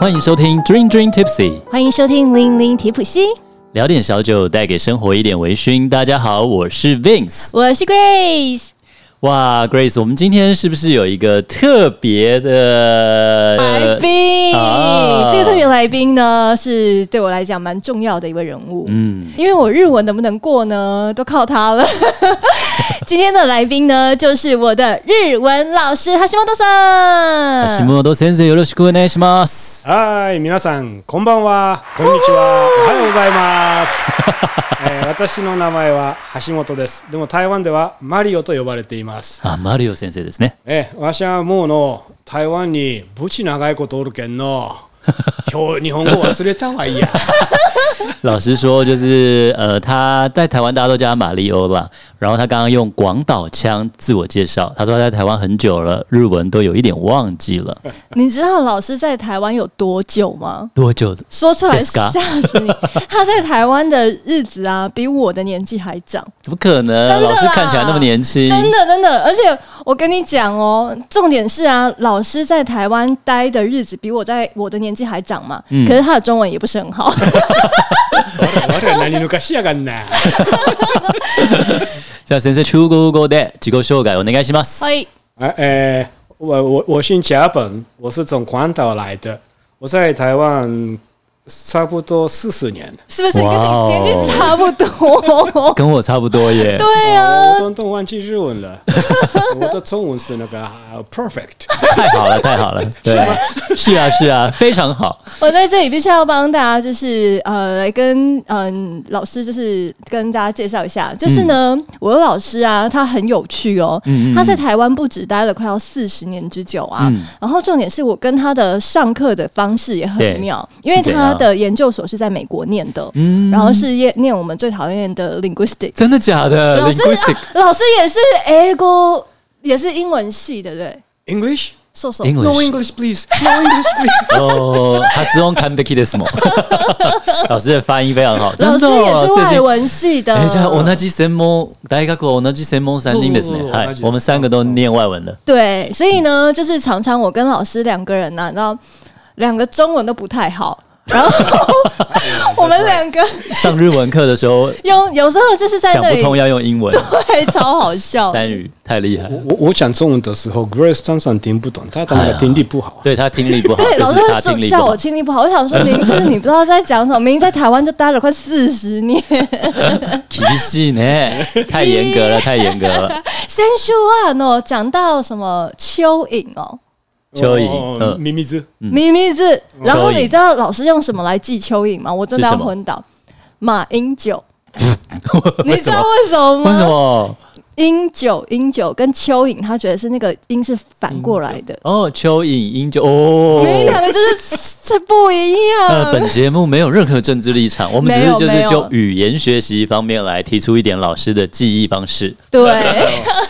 欢迎收听 Dream Dream Tipsy，欢迎收听《零零提普西》，聊点小酒，带给生活一点微醺。大家好，我是 Vince。我是 Grace。哇，Grace，我们今天是不是有一个特别的来宾，呃啊这个特别来宾呢，是对我来讲蛮重要的一位人物。嗯，因为我日文能不能过呢，都靠他了。 今天的来宾呢，就是我的日文老师哈西莫多橋森。本先生よろしくお願いします。はい、皆さん、こんばんは、こんにちは、おはようございます。えー私の名前は橋本です。でも台湾ではマリオと呼ばれています。あ、マリオ啊先生ですね。えー、私はもうの台湾にぶち長いことおるけんの。今日日本語忘れたわいや。老实说，就是呃，他在台湾大家都叫他马里欧啦。然后他刚刚用广岛腔自我介绍，他说他在台湾很久了，日文都有一点忘记了，你知道老师在台湾有多久吗？多久的？说出来です吓か死你！他在台湾的日子啊，比我的年纪还长。怎么可能？真老的啦师看起来那么年轻，真的真的，而且我跟你讲哦，重点是啊，老师在台湾待的日子比我在我的年纪还长嘛，嗯可是他的中文也不是 很好，我ら何抜かしやがんな。じゃあ先生、中国語で自己紹介お願いします。以哎、哎，我我我姓贾本，我是从广岛来的，我在台湾差不多四十年了。是不是跟哇哦你年纪差不多？跟我差不多耶。对啊，我都都忘记日文了，我的中文是那个啊 perfect。 太好了，太好了，对，是啊，是啊，非常好。 我在这里必须要帮大家，就是呃，来跟嗯、老师，就是跟大家介绍一下，就是呢，嗯我的老师啊，他很有趣哦，他在台湾不止待了快要四十年之久啊，嗯然后重点是我跟他的上课的方式也很妙，对因为是怎样他的研究所是在美国念的，嗯然后是念念我们最讨厌的 linguistic，真的假的老师、 ？Linguistic 啊、老师也是英国，也是英文系的，对， English? 瘦瘦 No English English, please. No English, please. 哦，他只用 can be k i d 什 么？老师的发音非常好，真老的师哦。也是最外近文系的，哎、じゃあ同じ専門大学同じ専門三人ですね。そうそうそうはい同じで、す我们三个都念外文的。对，所以呢，就是常常我跟老师两个人呢、然后两个中文都不太好，然后我们两个上日文课的时候有有时候就是在讲那不里哦通，要用英文，对，超好笑。三语太厉害了。我我讲中文的时候，Grace 常常听不懂，他的那个听力不好。对他听力不好，对，就老是师他说听力不笑好我。听力不好，我想说明就是你不知道在讲什么，明明在台湾就待了快四十 年，体系呢， 太严格了，太严格了。先修啊喏，讲到什么蚯蚓哦，蚯蚓哦嗯咪咪子，咪咪字，然后蚯蚓你知道老师用什么来记蚯蚓吗？我真的是要什么昏倒，马英九，你为知什道么？为什么吗？为什么？鹰九鹰九跟蚯蚓，他觉得是那个音是反过来的，哦，蚯蚓英九哦明。明两个就是这不一 呃，样。本节目没有任何政治立场，我们只没是有就是没有就语言学习方面来提出一点老师的记忆方 式。对，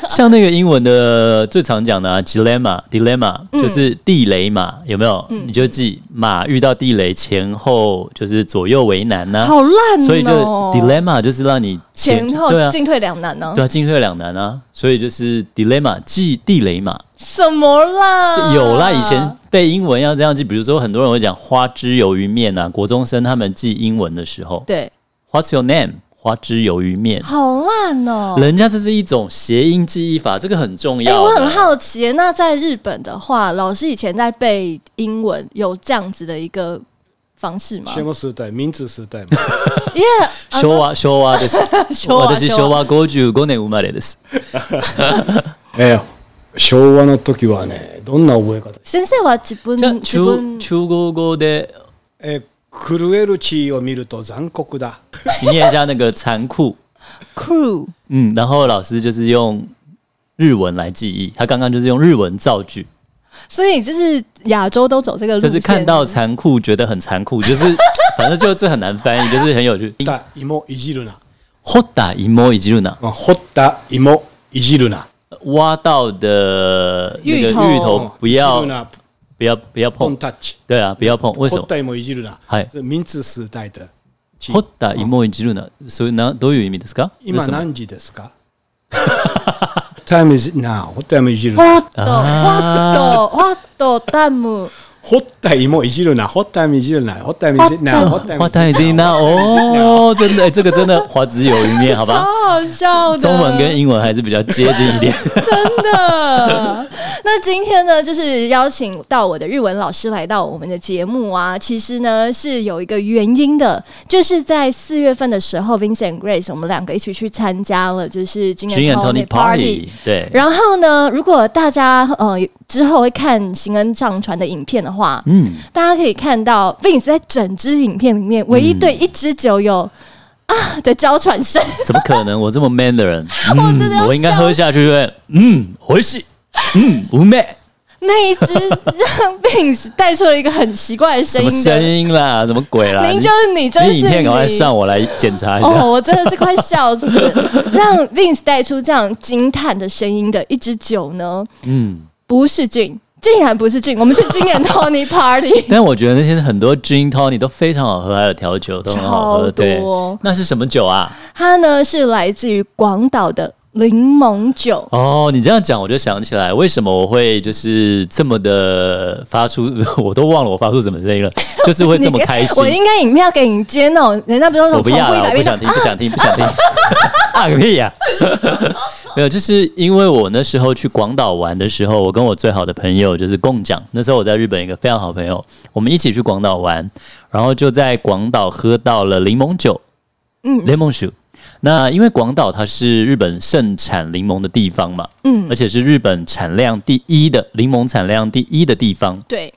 像那个英文的最常讲的啊，dilemma dilemma 嗯就是地雷嘛，有没有？你就记马遇到地雷前后就是左右为难呐、好烂哦。啊所以就 dilemma 就是让你前后对啊进退两难呢对？啊进退两难啊，所以就是 dilemma 记地雷嘛，什么啦？有啦，以前背英文要这样记，比如说很多人会讲花枝鱿鱼面啊，国中生他们记英文的时候对， ，What's your name？花枝鱿鱼面，好烂哦。人家这是一种谐音记忆法，这个很重哎，要啊我的。很好奇，那在日本的话，老师以前在背英文有这样子的一个方式吗什么时代？明治时代嘛。 耶， 昭啊和昭和です。 修啊私昭修啊，和55年生まれです。ええ、昭和の時はね、どんな覚え方？先生は自じゃあ分自中分中国語でええ、狂える地位を見ると残酷だ。你念一下那个残酷， crew 嗯，然后老师就是用日文来记忆，他刚刚就是用日文造句，所以就是亚洲都走这个路就线，是看到残酷觉得很残酷，就是反正就这很难翻译，就是很有趣。だ芋いじるな。掘打一摸一记录呢，あ掘った芋いじるな。挖到的那个芋头哦芋头不い要じるな。不要不要ポン碰，タッチ。对啊，不要碰，为什掘么っ？た芋いじるな。はいそれ明治時代的地位。掘打一摸一记录呢，所以呢，どういう意味ですか？今为什么何時ですか ?Time is now. What time is it? 花朵，花朵，花朵弹幕，掘った芋いじるな、掘った芋いじるな、掘った芋いじるな、掘った花芋いじる太已经那 哦，真的，这个真的华子有一面，好超吧？好笑的。中文跟英文还是比较接近一 点。真的。那今天呢，就是邀请到我的日文老师来到我们的节目啊。其实呢是有一个原因的，就是在四月份的时候，Vincent Grace 我们两个一起去参加了就是今巡年演 Tony Party，对，然后呢，如果大家呃之后会看邢恩上传的影片的话，嗯，大家可以看到 Vince 在整支影片里面唯一对一支酒有、啊的娇喘声。怎么可能？我这么 man 的人，我 真的要嗯，我应该笑喝下去对，嗯，回事，嗯，无妹，那一只让 Vince 带出了一个很奇怪的声什么音声的，音啦？什么鬼啦？您你就是你，真你是影片赶快你。上，我来检查一下。哦，我真的是快笑死！让 Vince 带出这样惊叹的声音的一支酒呢，嗯，不是菌，竟然不是菌。我们去今年 Tony Party，但我觉得那天很多 gin tonic 都非常好喝，还有调酒都很好超喝。对，多。那是什么酒啊？它呢是来自于广岛的柠檬酒。哦，你这样讲我就想起来，为什么我会就是这么的发出， 我都忘了我发出什么声音了，就是会这么开 我心。应该影片要给你接那种，人家不是我说不重要复一了，我百不遍想听，的，不想听，不想听。 啊个屁呀、没有，就是因为我那时候去广岛玩的时候，我跟我最好的朋友就是共讲，那时候我在日本一个非常好朋友，我们一起去广岛玩，然后就在广岛喝到了柠檬酒，嗯柠檬酒。那因为广岛它是日本盛产柠檬的地方嘛，嗯，而且是日本产量第一的柠檬产量第一的地方。对，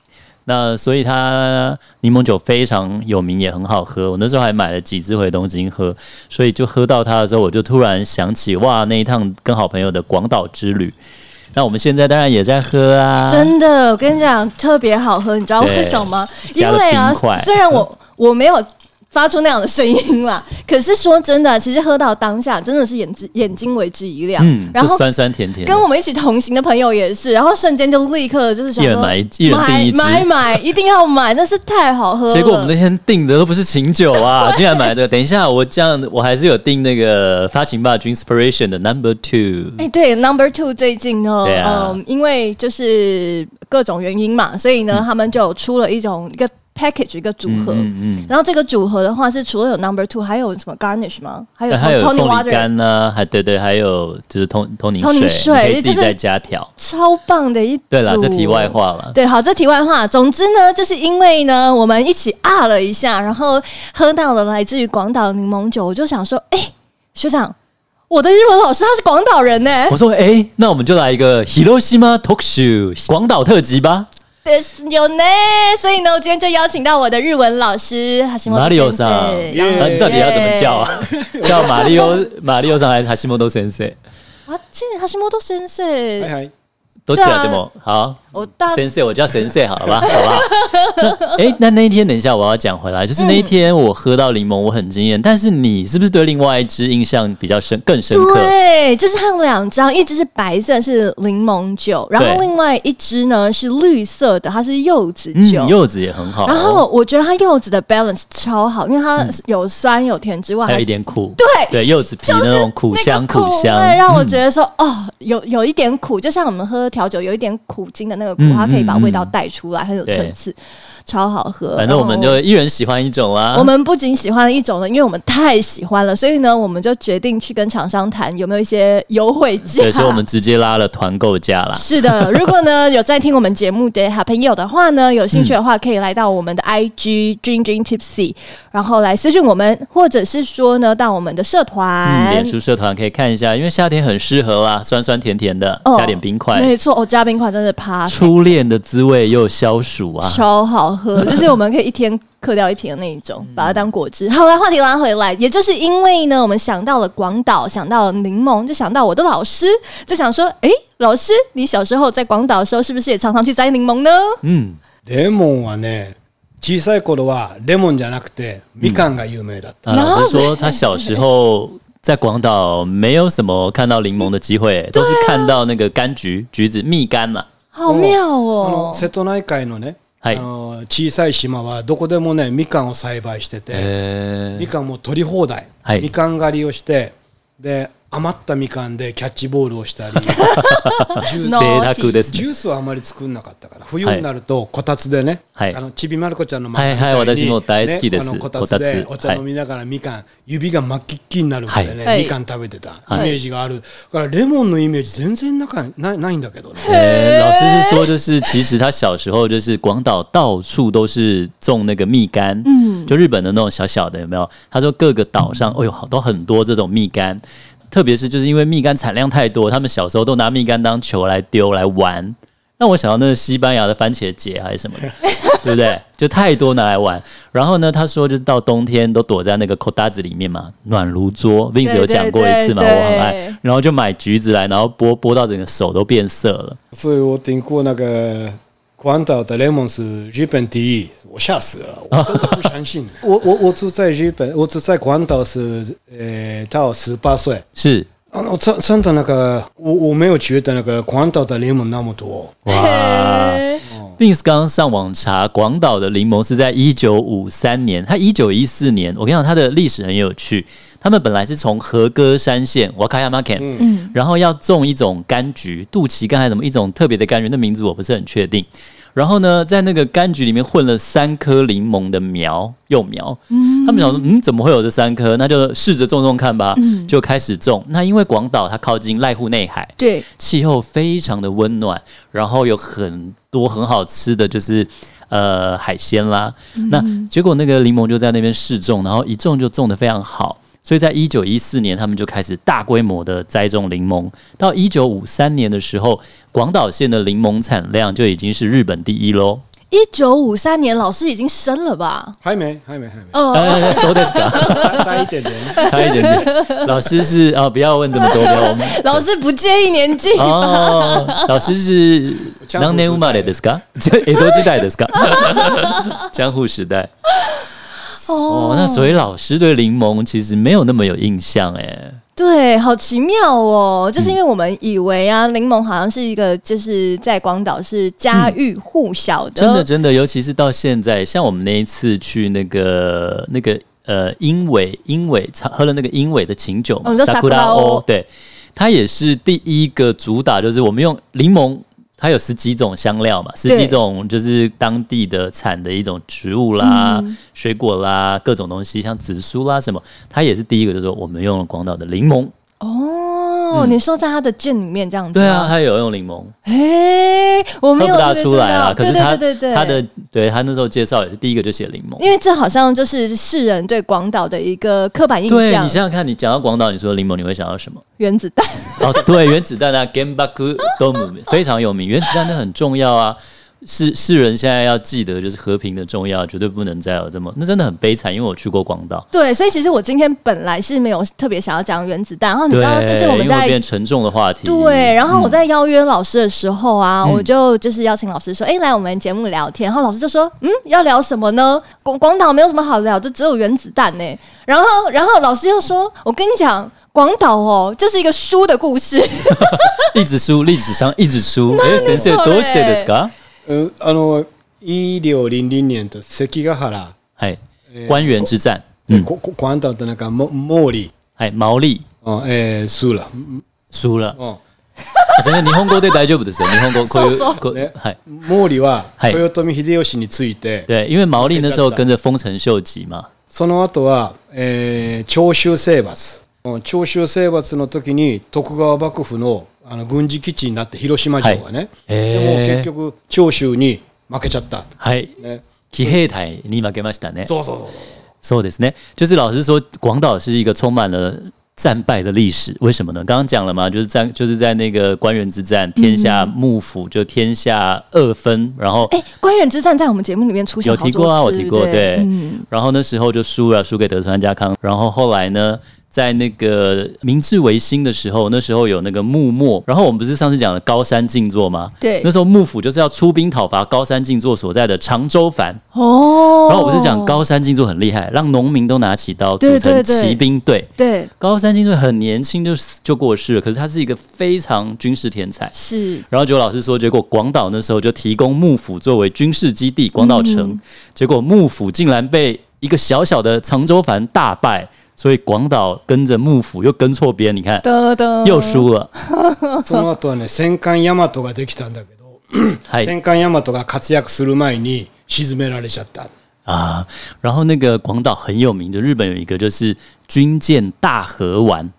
那所以它柠檬酒非常有名，也很好喝。我那时候还买了几支回东京喝，所以就喝到它的时候，我就突然想起哇，那一趟跟好朋友的广岛之旅。那我们现在当然也在喝 啊，真的，我跟你讲，特别好喝，你知道对为什么吗？因加了为啊冰块，虽然我我没有。发出那样的声音啦， 可是说真的，其实喝到当下真的是眼之眼睛为之一亮，嗯，然就后酸酸甜甜的跟。我们一起同行的朋友也是，然后瞬间就立刻就是想一人说买一一人订一买支买买，一定要买，真是太好喝了。结果我们那天订的都不是琴酒啊， 竟然买的。等一下，我这样我还是有订那个发情吧 d r i n s p i r a t i o n 的 Number Two。哎、对，Number Two 最近呢，对啊嗯，因为就是各种原因嘛，所以呢，他们就有出了一种一个 package 一个组合。嗯然后这个组合的话是除了有 Number Two，还有什么 Garnish 吗？还有还有 Tony 凤梨 Water，干呢、还对对，还有就是通通宁通水，宁水你可以自己就是再加调。超棒的一组。对啦，这题外。话了。对，好，这题外话。总之呢，就是因为呢，我们一起啊了一下，然后喝到了来自于广岛的柠檬酒，我就想说，哎、学长，我的日文老师他是广岛人呢、 我说，哎、那我们就来一个 Hiroshima Talk Show 广岛特辑吧。ですよね。所以呢，我今天就邀请到我的日文老师哈西莫马里奥桑，耶啊到底要怎么叫啊？ 叫马里奥马里奥桑还是哈西莫多先生？啊，竟然哈西莫多先生，はいはい。都起对来啊对吗？好，我大先生，我叫先生，好吧，好吧。那哎，那那一天，等一下我要讲回来，就是嗯那一天我喝到柠檬，我很惊艳。但是你是不是对另外一支印象比较深、更深刻？对，就是它有两张，一只是白色是柠檬酒，然后对另外一只呢是绿色的，它是柚子酒。嗯，柚子也很好，然后我觉得它柚子的 balance 超好，因为它有酸有甜之外，还有还一点苦，对对，柚子皮就是那种苦香那个苦香，嗯味让我觉得说、哦，有有一点苦，就像我们喝调酒有一点苦精的那个苦，嗯它可以把嗯味道带出来，很有对层次，超好喝。反正我们然就后一人喜欢一种啊啦。我们不仅喜欢了一种呢，因为我们太喜欢了，所以呢，我们就决定去跟厂商谈有没有一些优惠价对，。所以 我们啊直接拉了团购价啦。是的，如果呢有在听我们节目的好朋友的话呢，有兴趣的话可以来到我们的 IG Dream Dream Tipsy，然后来私讯我们，或者是说呢到我们的社嗯，团脸。书社团可以看一下，因为夏天很适合啦，酸酸甜甜的，哦加点冰块，没错，哦，嘉宾款真的趴初恋的滋味又消暑啊。超 好喝，就是我们可以一天嗑掉一瓶的那一嗯种，把它当果汁。好了，话题拉回来，也就是因为呢，我们想到了广岛，想到了柠檬，就想到我的老师，就想说，诶，老师，你小时候在广岛的时候，是不是也常常去摘柠檬呢？嗯，レモンはね、小さい頃はレモンじゃなくて、みかんが有名だった。啊，然后老师说他小时候在广岛没有什么看到柠檬的机 会，啊都是看到那个柑橘、橘子、蜜柑嘛。好妙あ哦の！瀬戸内海のね、はいあの小さい島はどこでもねみかんを栽培してて、呃み、かんも取り放題、はいみかん狩りをしてで余ったみかんでキャッチボールをしたり贅ジュース沢ですジね。ュースはあまり作んなかったから冬になるとこたつでね、はいあのちびまる子ちゃんのはいはい真ん中みたに私も大好きですねあのこたつでこおたつ茶飲みながらみかん、指が真っきっきになるまでね、はいみかん食べてたイいメージがある、だからレモンのイメージ全然なかないないんだけどね 呃，哎老师是说，就是其实他小时候就是广岛到处都是种那个蜜柑，嗯，就日本的那种小小的，有没有？他说各个岛上，哎呦，好多很多这种蜜柑，特别是就是因为蜜柑产量太多，他们小时候都拿蜜柑当球来丢来玩。让我想到那个西班牙的番茄节还是什么的，对不对？就太多拿来玩。然后呢，他说就是到冬天都躲在那个扣搭子里面嘛，暖炉桌，Vince 有讲过一次嘛，对对对我很爱对。然后就买橘子来，然后剥剥到整个手都变色了。所以我听过那个广岛的雷蒙是日本第一，我吓死了，我真的不相信。我我我住在日本，我住在广岛是呃到十八岁。是啊，我真真的那个，我我没有觉得那个广岛的雷蒙那么多。哇。嘿 Vince 刚刚上网查，广岛的柠檬是在一九五三年，它一九一四年，我跟你讲，它的历史很有趣。他们本来是从和歌山县 Wakayama Ken，、然后要种一种柑橘，肚脐柑还是什么一种特别的柑橘，那名字我不是很确定。然后呢，在那个柑橘里面混了三颗柠檬的苗幼苗，他们想说，嗯，怎么会有这三颗？那就试着种种看吧，就开始种。那因为广岛它靠近濑户内海，对，气候非常的温暖，然后有很多很好吃的，就是呃海鲜啦。那结果那个柠檬就在那边试种，然后一种就种得非常好。所以在一九一四年，他们就开始大规模的栽种柠檬。到一九五三年的时候，广岛县的柠檬产量就已经是日本第一喽。一九五三年老师已经生了吧？还没，还没，还没，嗯、呃，so that's good，差差一点 点。差一点点。老师是啊、不要问这么多，不要问。老师不介意年纪，哦，老师是江户何年生まれですか？江江戸時代ですか？江户时代。哦，那所以老师对柠檬其实没有那么有印象哎。对，好奇妙哦！就是因为我们以为啊，柠檬好像是一个就是在广岛是家喻户晓的，真的真的，尤其是到现在，像我们那一次去那个那个呃英尾英尾茶喝了那个英尾的琴酒嘛哦，你说 Sakura Sakura-O 对，它也是第一个主打，就是我们用柠檬。它有十几种香料嘛，十几对种就是当地的产的一种植物啦、嗯水果啦、各种东西，像紫苏啦什么，它也是第一个，就是说我们用了广岛的柠檬。哦。你说在他的卷里面这样子，对啊，，它有用柠檬，哎，我没喝有不大特别出来啊。知可道是它对对对对对，它的对它那时候介绍也是第一个就写柠檬。因为这好像就是世人对广岛的一个刻板印对象你，想想看，你讲到广岛，你说柠檬，你会想到什么？原子弹。 哦， 对，原子弹啊 g a m b a k u d o m 非常有名，原子弹那很重要啊。世世人现在要记得，就是和平的重要，绝对不能再有这么，那真的很悲惨。因为我去过广岛，对，所以其实我今天本来是没有特别想要讲原子弹，然后你对，知道，就是我因们为会在变沉重的话题。对，然后我在邀约老师的时候啊，嗯我就就是邀请老师说：“哎、来我们节目聊天。”然后老师就说：“嗯，要聊什么呢？广广岛没有什么好聊，就只有原子弹呢、然后，然后老师又说：“我跟你讲，广岛哦，就是一个书的故事。 一直输，历史上一直输。哎，先生それどうしてですか？嗯，あの一六零零年的関ヶ原、哎，官员之战，嗯，ここ广岛的那个毛毛利，哎，毛利哦，哎，输了，输了。啊哦。先生，日本語で大丈夫ですよ。日本 語こういうそうこうねはい。毛利ははい豊臣秀吉について、对，因为毛利那时候跟着丰臣秀吉嘛，その後は、えー長州征伐うん長州征伐の時に徳川幕府のあの軍事基地になって広島城がね、へーでも結局長州に負けちゃった、はい。ね、騎兵隊に負けましたね。そうそうそうそうですね，就是老实说，广岛是一个充满了战败的历史。为什么呢？刚刚讲了嘛，就是战，就是在那个官员之战，天下幕府就天下二分，然后哎，官员之战在我们节目里面出现有好提多过啊，次，我提过，对不嗯对，对然后那时候就输了，输给德川家康。然后后来呢，在那个明治维新的时候，那时候有那个幕末，然后我们不是上次讲的高山静坐吗？对那时候幕府就是要出兵讨伐高山静坐所在的长州藩。哦。然后我不是讲高山静坐很厉害，让农民都拿起刀对组成对对骑兵队。对高山静坐很年轻就就过世了，可是他是一个非常军事天才。是然后结果老师说，结果广岛那时候就提供幕府作为军事基嗯地，广岛城。结果幕府竟然被一个小小的长州藩大败，所以广岛跟着幕府又跟错边，你看得得又输了。その後はね、戦艦ヤマトができたんだけど、はい戦艦ヤマトが活躍する前に沈められちゃった。啊，然后那个广岛很有名的，日本有一个就是军舰大和丸。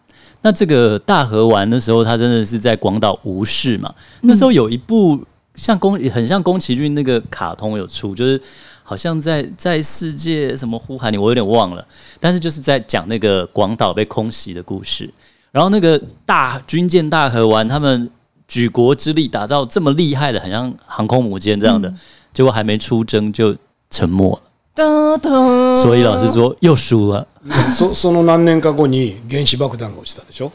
那这个大和丸的时候，它真的是在广岛无视嘛？那时候有一部像宫很像宫崎骏那个卡通有出，就是好像在在世界什么呼喊你，我有点忘了，但是就是在讲那个广岛被空袭的故事。然后那个大军舰大和丸，他们举国之力打造这么厉害的，很像航空母舰这样的，结果还没出征就沉没了。得得，所以哦老师说又输了。そ その何年か後に原子爆弾が落ちたでしょ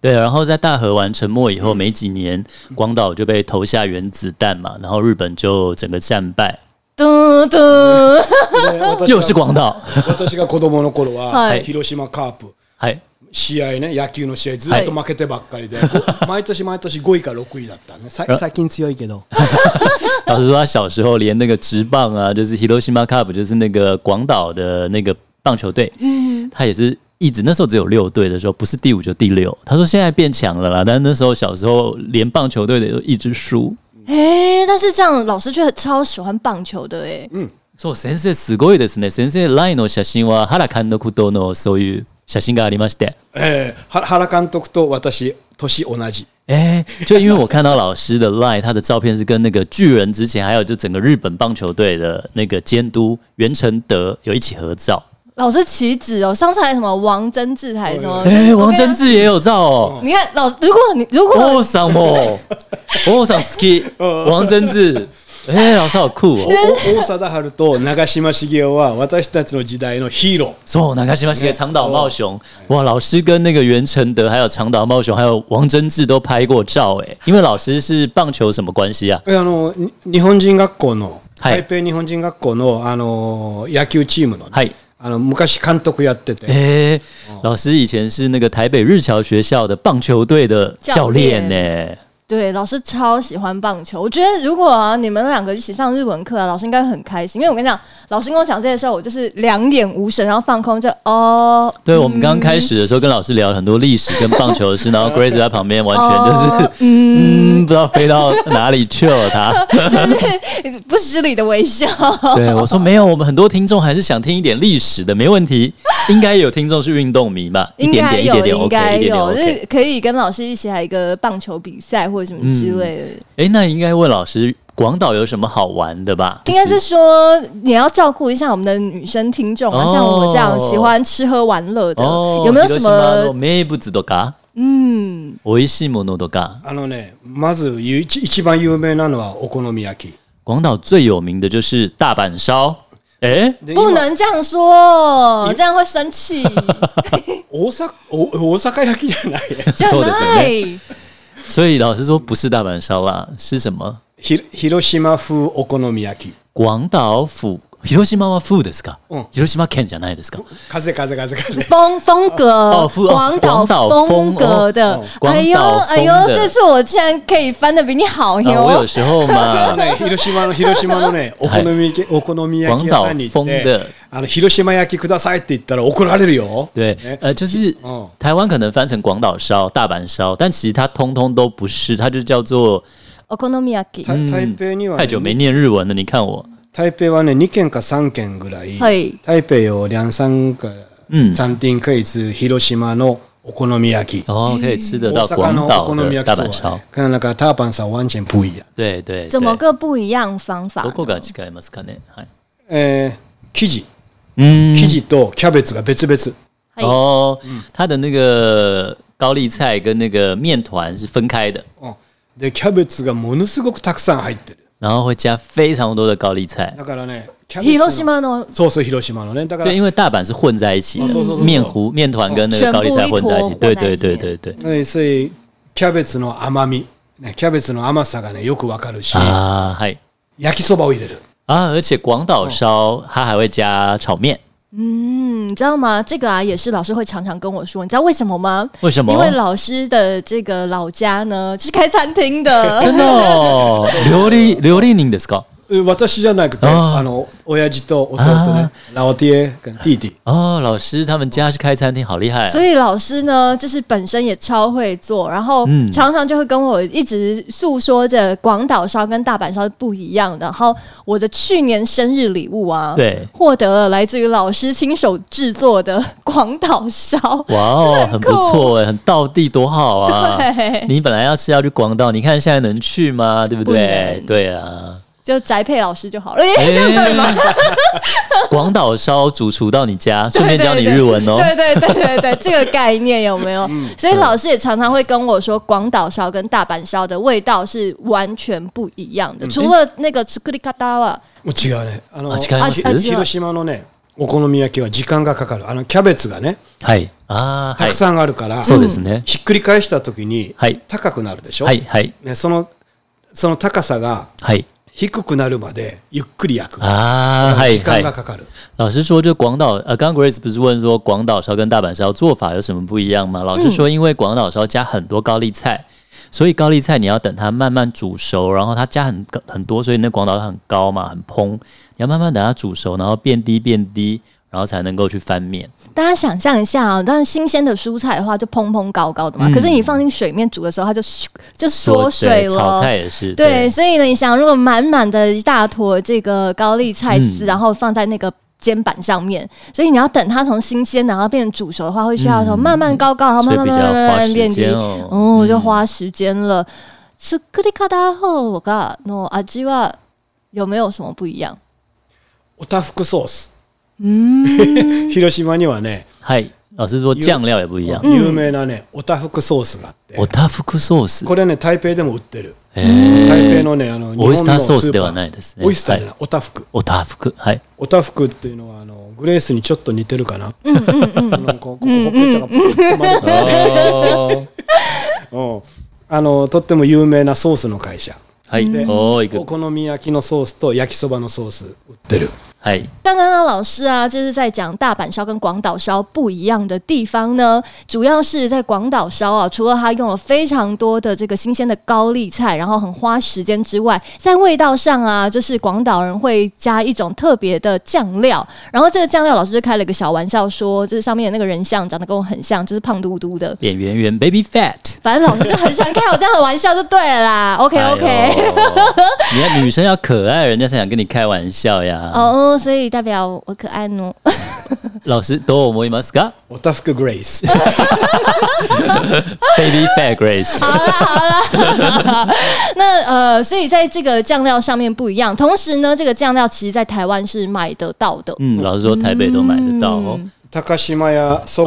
对，然后在大和完沉没以后没几年，广岛就被投下原子弹嘛，然后日本就整个战败，得得， で私又が是广岛，私が子供の頃は、はい広島カープ还試合ね野球の試合ずっと負けてばっかりで、 こ毎年毎年5位か6位だったねさ最近強いけど老师说他小时候连那个职棒啊，就是 Hiroshima Cup，就是那个广岛的那个棒球队，他也是一直那时候只有六队的时候，不是第五就第六。他说现在变强了啦，但是那时候小时候连棒球队的都一直输。哎，但是这样老师却超喜欢棒球的哎，そう先生すごいですね。先生来の写真は原監督とのそういう写真がありまして。えーは原監督と私年同じ哎、就因为我看到老师的 line，他的照片是跟那个巨人之前，还有就整个日本棒球队的那个监督袁成德有一起合照。老师岂止哦，上次还什么王贞治还什么，哎、我王跟贞他，治也有照哦。你看老，如果你如果哦，什么？哦，上 ski，王贞治。哎、老师好酷お哦。お大貞治と長嶋茂雄は私たちの時代のヒーローそう、中島茂、长岛茂雄，哇，老师跟那个袁成德，还有长岛茂雄，还有王贞治都拍过照，哎，因为老师是棒球什么关系啊？えあのに日本人学校の、はい台北日本人学校のあの野球チームのね、はいあの昔監督やってて、 哎、老师以前是那个台北日侨学校的棒球队的教练教呢、对，老师超喜欢棒球。我觉得如果啊，你们两个一起上日文课啊，老师应该会很开心。因为我跟你讲，老师跟我讲这些时候，我就是两眼无神，然后放空就，哦对，我们刚开始的时候跟老师聊了很多历史跟棒球的事，然后 Grace 在旁边完全就是、嗯 哦，嗯，嗯，不知道飞到哪里去了 他。就是不失礼的微 笑。对，我说没有，我们很多听众还是想听一点历史的，没问题。应该有听众是运动迷吧？一应点该点，一有，点点应该，OK，一点点有，就 OK。是可以跟老师一起来一个棒球比赛或者什么之类 的。哎，那应该问老师，广岛有什么好玩的吧？应该是说也要照顾一下我们的女生听众啊，哦像我这样喜欢吃喝玩乐的，哦，有没有什么？名物都嘎？嗯，美味しいものとか。あのねまずゆ一一番有名なのはお好み焼き广岛最有名的就是大阪烧。哎，で不今能这样说，这样会生 气。大阪お大阪焼きじゃない じゃそうですよなね。い。所以老师说不是大阪烧啦，是什么？ひ広島風お好み焼き广岛府広島は府ですか？うん広島県じゃないですか？風風風 風风风格哦，风哦广广岛岛风风格的哦，广岛哎呦哎呦风，的这次我竟然可以翻的比你好啊，我有哟！时候あ嘛 の，ね広島の広島 のねお好み焼きお好み焼き屋さんに行っ广島風てであの広島焼きくださいって言ったら怒られるよ对，呃，就是哦台湾可能翻成广岛烧、大阪烧，但其实它通通都不是，它就叫做お好み焼嗯き，台台北には太ね久没念日文了。你看我，台北はね2軒か3軒ぐらいはい台北を两三个嗯餐厅可以吃広島のお好み焼き嗯哦，可以吃得大到阪广のお岛好み的焼き大と阪は烧ね。なんかターパンさんワンチェンプイヤ对对，怎么对个不一样方法ど？こが違いますかね？はいえー生地嗯生地とキャベツが別々哎哦，它的那个高丽菜跟那个面团是分开的，うんでキャベツがものすごくたくさん入ってる然后会加非常多的高丽菜。だからねキャベツの広島のそうそう広島のねだから对，因为大阪是混在一起的哦是是是，面糊、面团跟那个高丽菜混在一起。全部一坨对混在对一起对对对。えーそういうキャベツの甘みねキャベツの甘さがねよくわかるし啊，嗨焼きそばを入れる啊！而且广岛烧它还会加炒面，嗯，你知道吗？这个啊，也是老师会常常跟我说，你知道为什么吗？为什么因为老师的 这个老家呢，就是开餐厅的。真的哦，琉璃琉璃您的 s c o 私じゃなくて、あーあの、親父と弟あね、老爹跟弟弟。哦，老师他们家是开餐厅，好厉害、啊！所以老师呢，就是本身也超会做，然后嗯常常就会跟我一直诉说着广岛烧跟大阪烧是不一样的。然后我的去年生日礼物啊，对获得了来自于老师亲手制作的广岛烧，哇真的哦，很不酷错哎，很道地多好啊！对你本来要是要去广岛，你看现在能去吗？对不对？不能对啊，就宅配老师就好了。哎、这样 对吗？ 广岛烧主厨到你 家，顺便教你日文哦。对对对对对，这个概念有没有？嗯所以老师也常常会跟我说，广岛烧跟大阪烧的味道是完全不一样嗯的，除了那个 t s u k u r i k a t a もう違うね。あの、あひ違いますあ違う広島のね、お好み焼きは時間がかかる。あの、キャベツがね、はい。ああ、たはいく。さんあるから、そうですね。ひっくり返した時にはい、高くなるでしょ、はい、はい、ね、その、その高さがはい。低くなるまでゆっくり焼く。ああ、はい、時は間いが。かかる。老师说，就广岛呃，刚刚 Grace 不是问说广岛烧跟大阪烧做法有什么不一样吗？嗯老师说，因为广岛烧加很多高丽菜，所以高丽菜你要等它慢慢煮熟，然后它加很很多，所以那广岛很高嘛，很蓬，你要慢慢等它煮熟，然后变低变低，然后才能够去翻面。大家想象一下啊、当然新鲜的蔬菜的话就蓬蓬高高的嘛，嗯可是你放进水面煮的时候，它就咻就缩水对炒了。菜也是对，所以呢，你想，如果满满的一大坨这个高丽菜丝，嗯然后放在那个煎板上面，所以你要等它从新鲜然后变成煮熟的话，会需要从慢慢高高，然后所慢以慢比慢较慢慢花慢变时低间，哦。哦，就花时间了。吃克里卡达后，我噶喏阿基哇，有没有什么不一样？おたふくソース。 広島にはね、嗨，老师说酱料也不一嗯样。有名なね、おたふくソースがあって我。大福库寿司こ，れね、台北でも売ってる。哎，台北のね、あの、日オイス本ターのソーススーでパはー。ないですね。オイスターじゃはないい、おたふく。お大福，はい。おたふくっていうのは、あの、グレースにちょっと似てるかな。うんうんうん。こう、ここほっぺたがポコッと丸くなる哦，うんあの、とっても有名なソースの会社。 嗨，哦，一个お好み焼きのソースと焼きそばのソース売ってる。嗨，刚刚的老师啊，就是在讲大阪烧跟广岛烧不一样的地方呢，主要是在广岛烧啊，除了它用了非常多的这个新鲜的高丽菜，然后很花时间之外，在味道上啊，就是广岛人会加一种特别的酱料，然后这个酱料老师就开了一个小玩笑说，就是上面的那个人像长得跟我很像，就是胖嘟嘟的。 脸圆圆，baby fat。反正老师就很喜欢开我这样的玩笑，就对了啦。OK 哎呦 OK，、 你看女生要可爱，人家才想跟你开玩笑呀。哦，所以代表我可爱呢。老师，どう思いますかおたふくグレイス。 ？Baby fat Grace。好啦好啦，那呃，所以在这个酱料上面不一样。同时呢，这个酱料其实在台湾是买得到的。嗯，老师说台北都买得到哦。嗯高島屋そ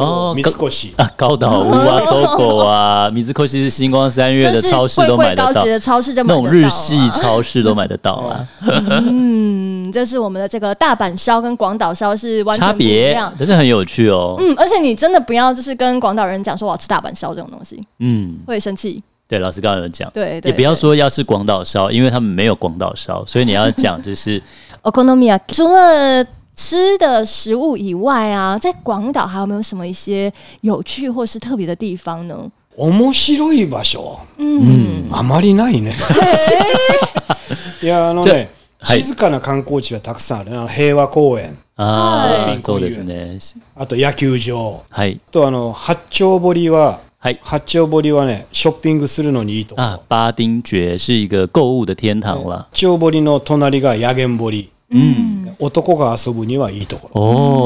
あごー三越。啊，高岛屋啊、搜狗啊、米兹克西是星光三月哦就的是超市贵都买贵得高到级，的超市就那买得种到哦日啊系超市都买得到啊，嗯，这是我们的这个大阪烧跟广岛烧是完差全不一别样。真是很有趣哦。嗯，而且你真的不要就是跟广岛人讲说我要吃大阪烧这种东西，嗯，会生气。对，老师刚刚有讲，对对也不要对说要吃广岛烧，因为他们没有广岛烧，所以你要讲就是 Okonomia 除了吃的食物以外啊，在广岛还有没有什么一些有趣或是特别的地方呢？面白い場所。あまりないね。いや、あのね、じゃはい静かな観光地はたくさんあるね。あの平和公園、啊，哎嗨そうですね。あと野球場、はいあとあの、八丁堀は、はい。八丁堀はね、ショッピングするのにいいとこ。啊，巴丁爵是一个购物的天堂啦。八丁堀の隣が野源堀。男が遊ぶにはいいところ。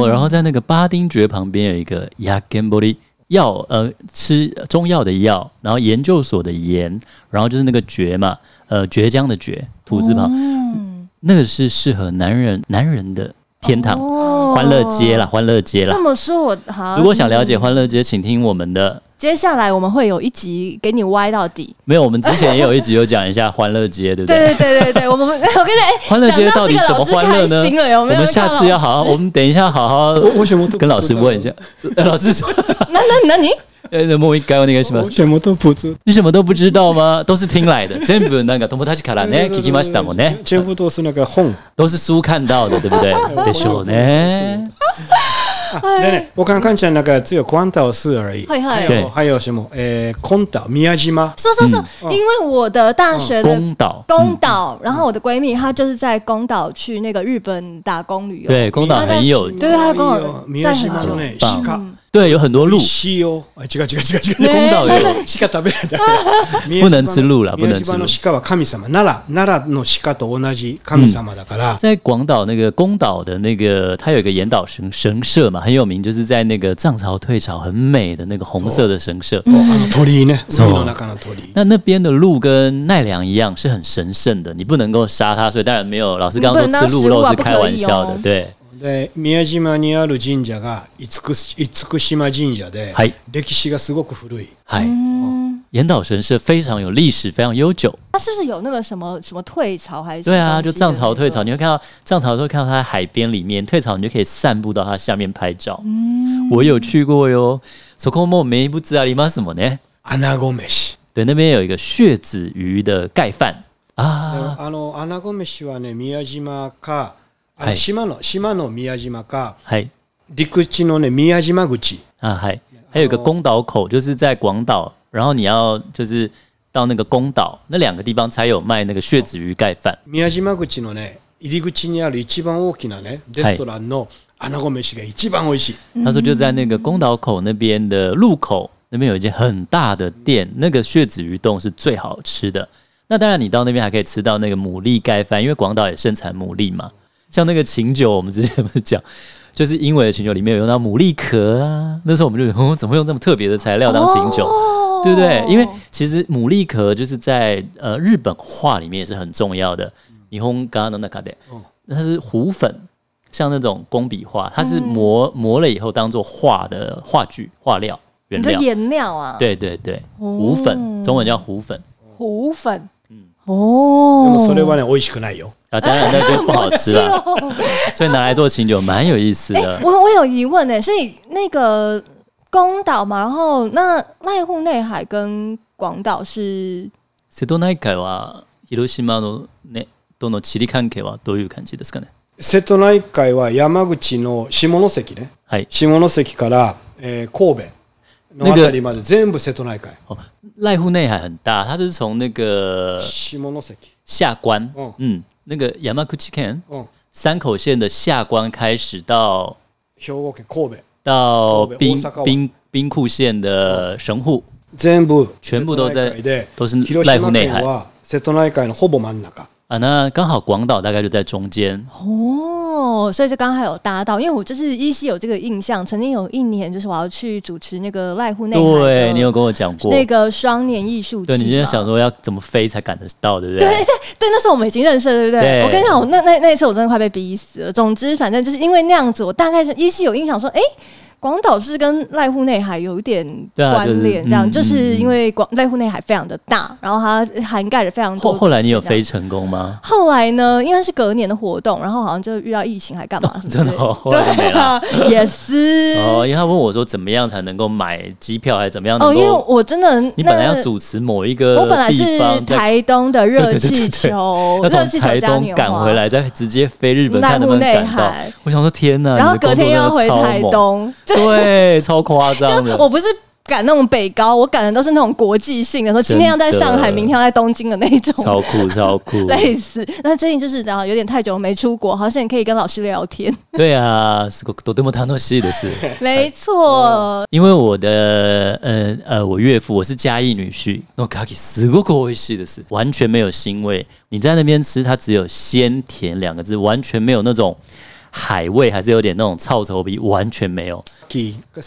嗯哦，然后在那个巴丁爵旁边有一个 y a g a n b o r i 药，呃，吃中药的药，然后研究所的研，然后就是那个爵嘛，呃，绝江的绝，土字旁，那个是适合男人男人的天堂，哦啊欢乐街啦，欢乐街啦这。么说我，好。如果想了解欢乐街，请听我们的。接下来我们会有一集给你歪到底。没有，我们之前也有一集有讲一下欢乐街，对不对对对对对，我们我跟 你哎欢乐街讲到到这底个怎么老师欢乐开呢？心了，有没有？我们下次要好好，好。我们等一下好好跟老师问一 下。呃老师说那那那你：“呃，莫一该我那个什 么，手元普通你什么都不知道吗？都是听来的，全部那个友達から ね聞きましたもんね，全部都是那个本。 都是书看到的，对不对？でしょうね。でね、我刚看起来那个只有关岛市而已。はいはい对哦还有什么？诶，空岛、宮島。说说说，嗯哦因为我的大学的宫岛，嗯宫岛，然后我的闺蜜她就是在宫岛去那个日本打工旅游，对，宫岛很有，对他的工友宮島のね、在很久鹿。对，有很多鹿，鹿を、あ、違う違う違う違う。ね宫岛有， 鹿食べないだめ。不能吃鹿了不能吃鹿宮島の鹿は神様。奈良、奈良の鹿と同じ神様だから。在广岛那个宫岛的那个，它有一个岩岛神神社嘛，很有名，就是在那个藏朝退潮很美的那个红色的神社。哦あの鳥居ね。そう海の中の鳥居。那那边的鹿跟奈良一样是很神圣的，你不能够杀它，所以当然没有。老师刚刚你不能说当吃鹿肉食物啊是不可以开玩笑的哦，对，で、宮島にある神社が、厳島神社ではい、歴史がすごく古い。嗨，嗯岩岛神社非常有历史，非常悠久。她是不是有那个什么什么退潮还是什么对啊，东西就的藏潮退潮，那你会看到藏潮的时候看到它在海边里面，退潮你就可以散步到它下面拍照。嗯我有去过哟。そこも名物ありますもんね。穴子飯。对，那边有一个血子鱼的盖饭啊，あの穴子飯はね宮島か、はあのい島の島の宮島か嗨陸地のね宮島口啊嗨，还有一个后宫岛口，就是在广岛，然后你要就是到那个宫岛那两个地方才有卖那个血子鱼盖饭。宮島口のね入り口にある一番大きなねレストランの穴子飯が一番美味しい。他说就在那个宫岛口那边的路口那边有一间很大的店，那个血子鱼冻是最好吃的。那当然，你到那边还可以吃到那个牡蛎盖饭，因为广岛也盛产牡蛎嘛。像那个琴酒，我们之前不是讲，就是因为琴酒里面有用到牡蛎壳啊。那时候我们就觉得，哦，怎么会用这么特别的材料当琴哦酒？对不对？因为其实牡蛎壳就是在呃日本话里面也是很重要的。嗯霓虹咖的那卡的哦，它是糊粉，像那种工笔画，它嗯是磨磨了以后当做画的画具、画料、原你料说。颜料啊，对对对，哦糊粉，中文叫糊粉糊粉，嗯で哦もそれはね美味しくないよ。啊，当然那就不好吃 是了，哦 所以拿来做清酒蛮有意思 哎、的。我我有疑问呢、所以那个宫岛嘛，然后那濑户内海跟广岛是瀬戸内海は広島のね、との地理関係はどういう感じですかね。瀬戸内海は山口の下関ねはい。下関から、えー神戸のあたりまで全部瀬戸内海哦，濑户内海很大，它是从那个下関。下关，哦嗯，那个 Yamaguchi Ken うん山口县的下关开始到兵庫県神戸到神戸兵大阪湾兵兵库县的神户，全部全部都在瀬戸内海で都是広濑户島内県海は瀬戸内海のほぼ真ん中啊，那刚好广岛大概就在中间，哦，所以就刚刚还有搭到，因为我就是依稀有这个印象，曾经有一年就是我要去主持那个濑户内海的对你有跟我讲过，那个双年艺术季对嘛，你今天想说要怎么飞才赶得到，对不对对对，那时候我们已经认识了，对不对？对我跟你讲，我那那那一次我真的快被逼死了。总之，反正就是因为那样子，我大概是依稀有印象说，哎、广岛是跟濑户内海有一点对啊关就是联，这样、嗯就是嗯因为广濑户内海非常的大，然后它涵盖了非常后多的后来你有东西这飞样？成功吗？后来呢？因为是隔年的活动，然后好像就遇到疫情还干嘛什么之类 真的哦后对来就没了。啊，也是哦，因为他问我说怎么样才能够买机票，还是怎么样哦，能因为够？我真的你本来那要主持某一个我本来地是方，再台东的热气球，要哦热从气球台嘉东年赶华回来，再直接飞日本，濑看能不户能内赶到海。我想说天哪，然后你的隔天工要作回真的超台猛，东，就对，超夸张的就。我不是赶那种北高，我赶的都是那种国际性的，说今天要在上真海，的明天要在东京的那一种。！超酷，超酷 类似，那最近就是然后有点太久没出国，好像可以跟老师聊天。对啊，すごくとても楽しいです。没哎错，因为我的呃呃，我岳父我是嘉义女婿，nokaki すごく美味しいです，完全没有腥味。你在那边吃，它只有鲜甜两个字，完全没有那种海味，还是有点那种臭臭逼，完全没有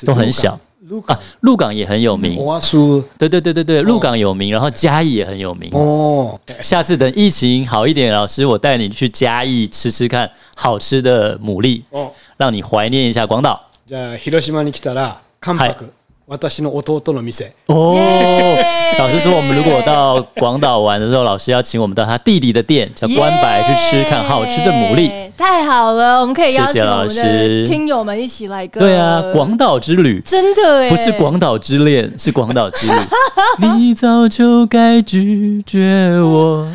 都很小ルカ啊。鹿港也很有名，オアスお对对对对对，鹿港有名，然后嘉义也很有名。お下次等疫情好一点，老师我带你去嘉义吃吃看好吃的牡蛎，お让你怀念一下广岛。じゃあ広島に来たら関は白私の弟の店哦耶老师说我们如果到广岛玩的时候，老师要请我们到他弟弟的店叫关白去吃看好吃的牡蛎。蛎，太好了，我们可以谢邀请谢我老们师的听友们一起来个。对啊，广岛之旅真的哎，不是广岛之恋，是广 岛之旅。你早就该拒绝我。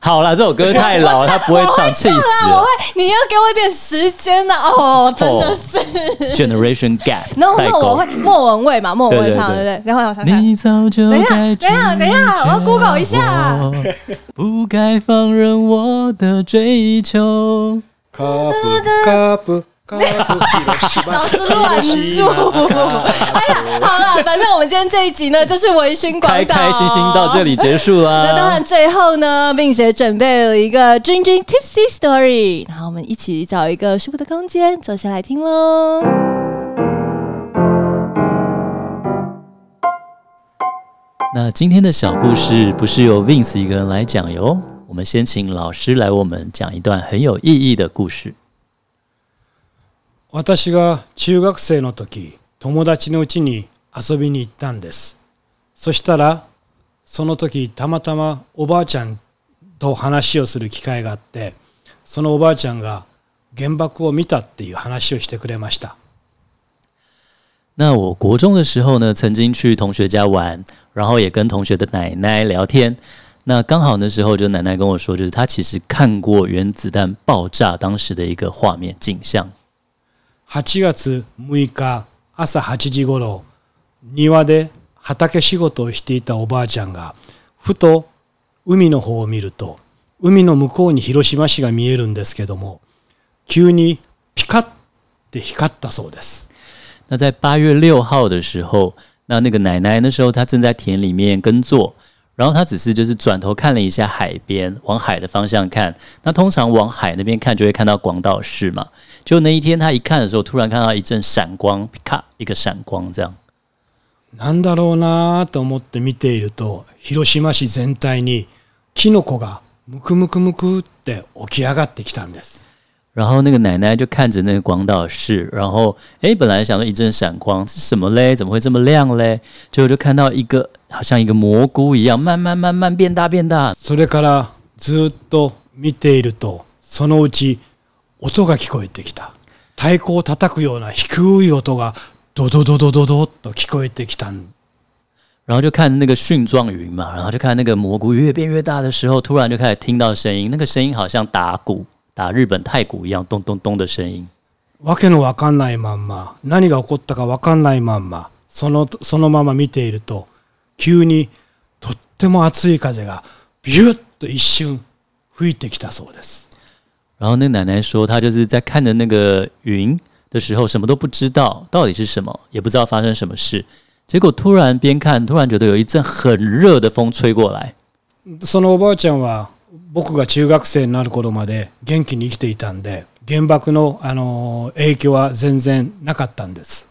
好啦，这首歌太 老，他不会唱，气死我了会。，你要给我一点时间呐、哦，真的是。 Generation Gap，然后代那沟我会莫文蔚嘛，莫文蔚对对唱对不对对？然后我想想，你早就等一下该等一下等一下拒绝我要 Google 一下我，不该放任我的追求。カープ、カープ、カープ、広島老师乱入。哎呀，好了，反正我们今天这一集呢，就是微醺广开岛，开心心到这。里结束啊 啦。那当然，最后呢，并且准备了一个君君 Tipsy Story，然后我们一起找一个舒服的空间坐下来听喽。那今天的小故事不是由 Vince 一个人来讲哟，我们先请老师来我们讲一段很有意义的故事。私が中学生の時友達の家に遊びに行ったんですそしたらその時たまたまおばあちゃんと話をする機会があってそのおばあちゃんが原爆を見たっていう話をしてくれました那我国中的时候呢，曾经去同学家玩，然后也跟同学的奶奶聊天。那刚好那时候，就奶奶跟我说，就是她其实看过原子弹爆炸当时的一个画面景象。 8月6日朝8時ごろ庭で畑仕事をしていたおばあちゃんがふと海の方を見ると海の向こうに広島市が見えるんですけども急にピカッて光ったそうです那在八月六号的时候，那那个奶奶那时候她正在田里面耕作，然后她只是就是转头看了一下海边，往海的方向看。那通常往海那边看就会看到广岛市嘛。就那一天她一看的时候，突然看到一阵闪光，咔一个闪光这样。なんだろうなぁと思って見ていると広島市全体にキノコがムクムクムクって起き上がってきたんです然后那个奶奶就看着那个广岛市，然后诶，本来想说一阵闪光是什么嘞？怎么会这么亮嘞？结果就看到一个好像一个蘑菇一样，慢慢慢慢变大变大。それからずっと見ているとそのうち音が聞こえてきた太鼓を叩くような低い音がドドドドドドッと聞こえてきたん然后就看那个蕈状云嘛，然后就看那个蘑菇越变越大的时候，突然就开始听到声音，那个声音好像打鼓、打日本太鼓一样，咚咚咚的声音。わけのわかんないまんま何が起こったかわかんないまんまそのそのまま見ていると急にとっても熱い風がビュッと一瞬吹いてきたそうです然后那个奶奶说，她就是在看着那个云的时候，什么都不知道到底是什么，也不知道发生什么事。结果突然边看，突然觉得有一阵很热的风吹过来。そのおばあちゃんは僕が中学生になる頃まで元気に生きていたんで原爆の、あのー影響は全然なかったんです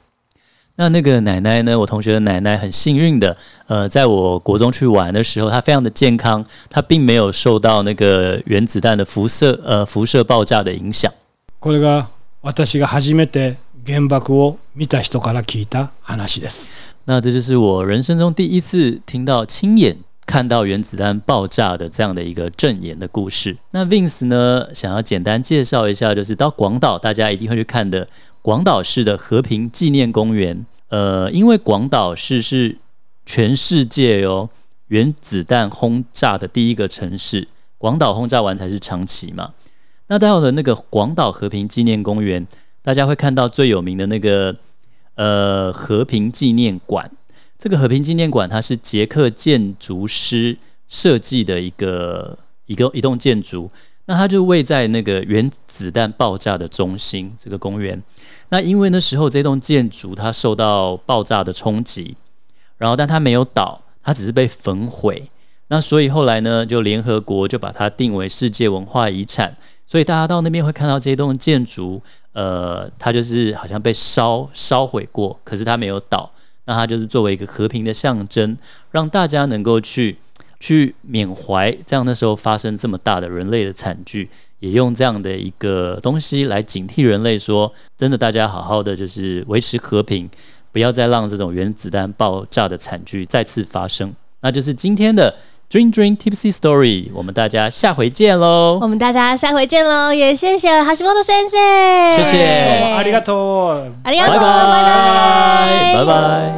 那那个奶奶呢？我同学的奶奶很幸运的，呃，在我国中去玩的时候，她非常的健康，她并没有受到那个原子弹的辐射呃辐射爆炸的影响。これが私が初めて原爆を見た人から聞いた話です那这就是我人生中第一次听到亲眼看到原子弹爆炸的这样的一个证言的故事。那 Vince 呢，想要简单介绍一下，就是到广岛大家一定会去看的广岛市的和平纪念公园。呃，因为广岛市是全世界哦原子弹轰炸的第一个城市，广岛轰炸完才是长崎嘛。那到了那个广岛和平纪念公园，大家会看到最有名的那个呃和平纪念馆。这个和平纪念馆它是捷克建筑师设计的一个一个一栋建筑，那它就位在那个原子弹爆炸的中心这个公园。那因为那时候这栋建筑它受到爆炸的冲击，然后但它没有倒，它只是被焚毁。那所以后来呢，就联合国就把它定为世界文化遗产，所以大家到那边会看到这栋建筑，呃，它就是好像被烧烧毁过，可是它没有倒，那它就是作为一个和平的象征，让大家能够去去缅怀这样那时候发生这么大的人类的惨剧，也用这样的一个东西来警惕人类说，真的大家好好的就是维持和平，不要再让这种原子弹爆炸的惨剧再次发生。那就是今天的 Dream Dream Tipsy Story，我们大家下回见喽。我们大家下回见喽，也谢谢哈西莫多先生，谢谢ありがとうありがとう，拜拜拜，拜拜。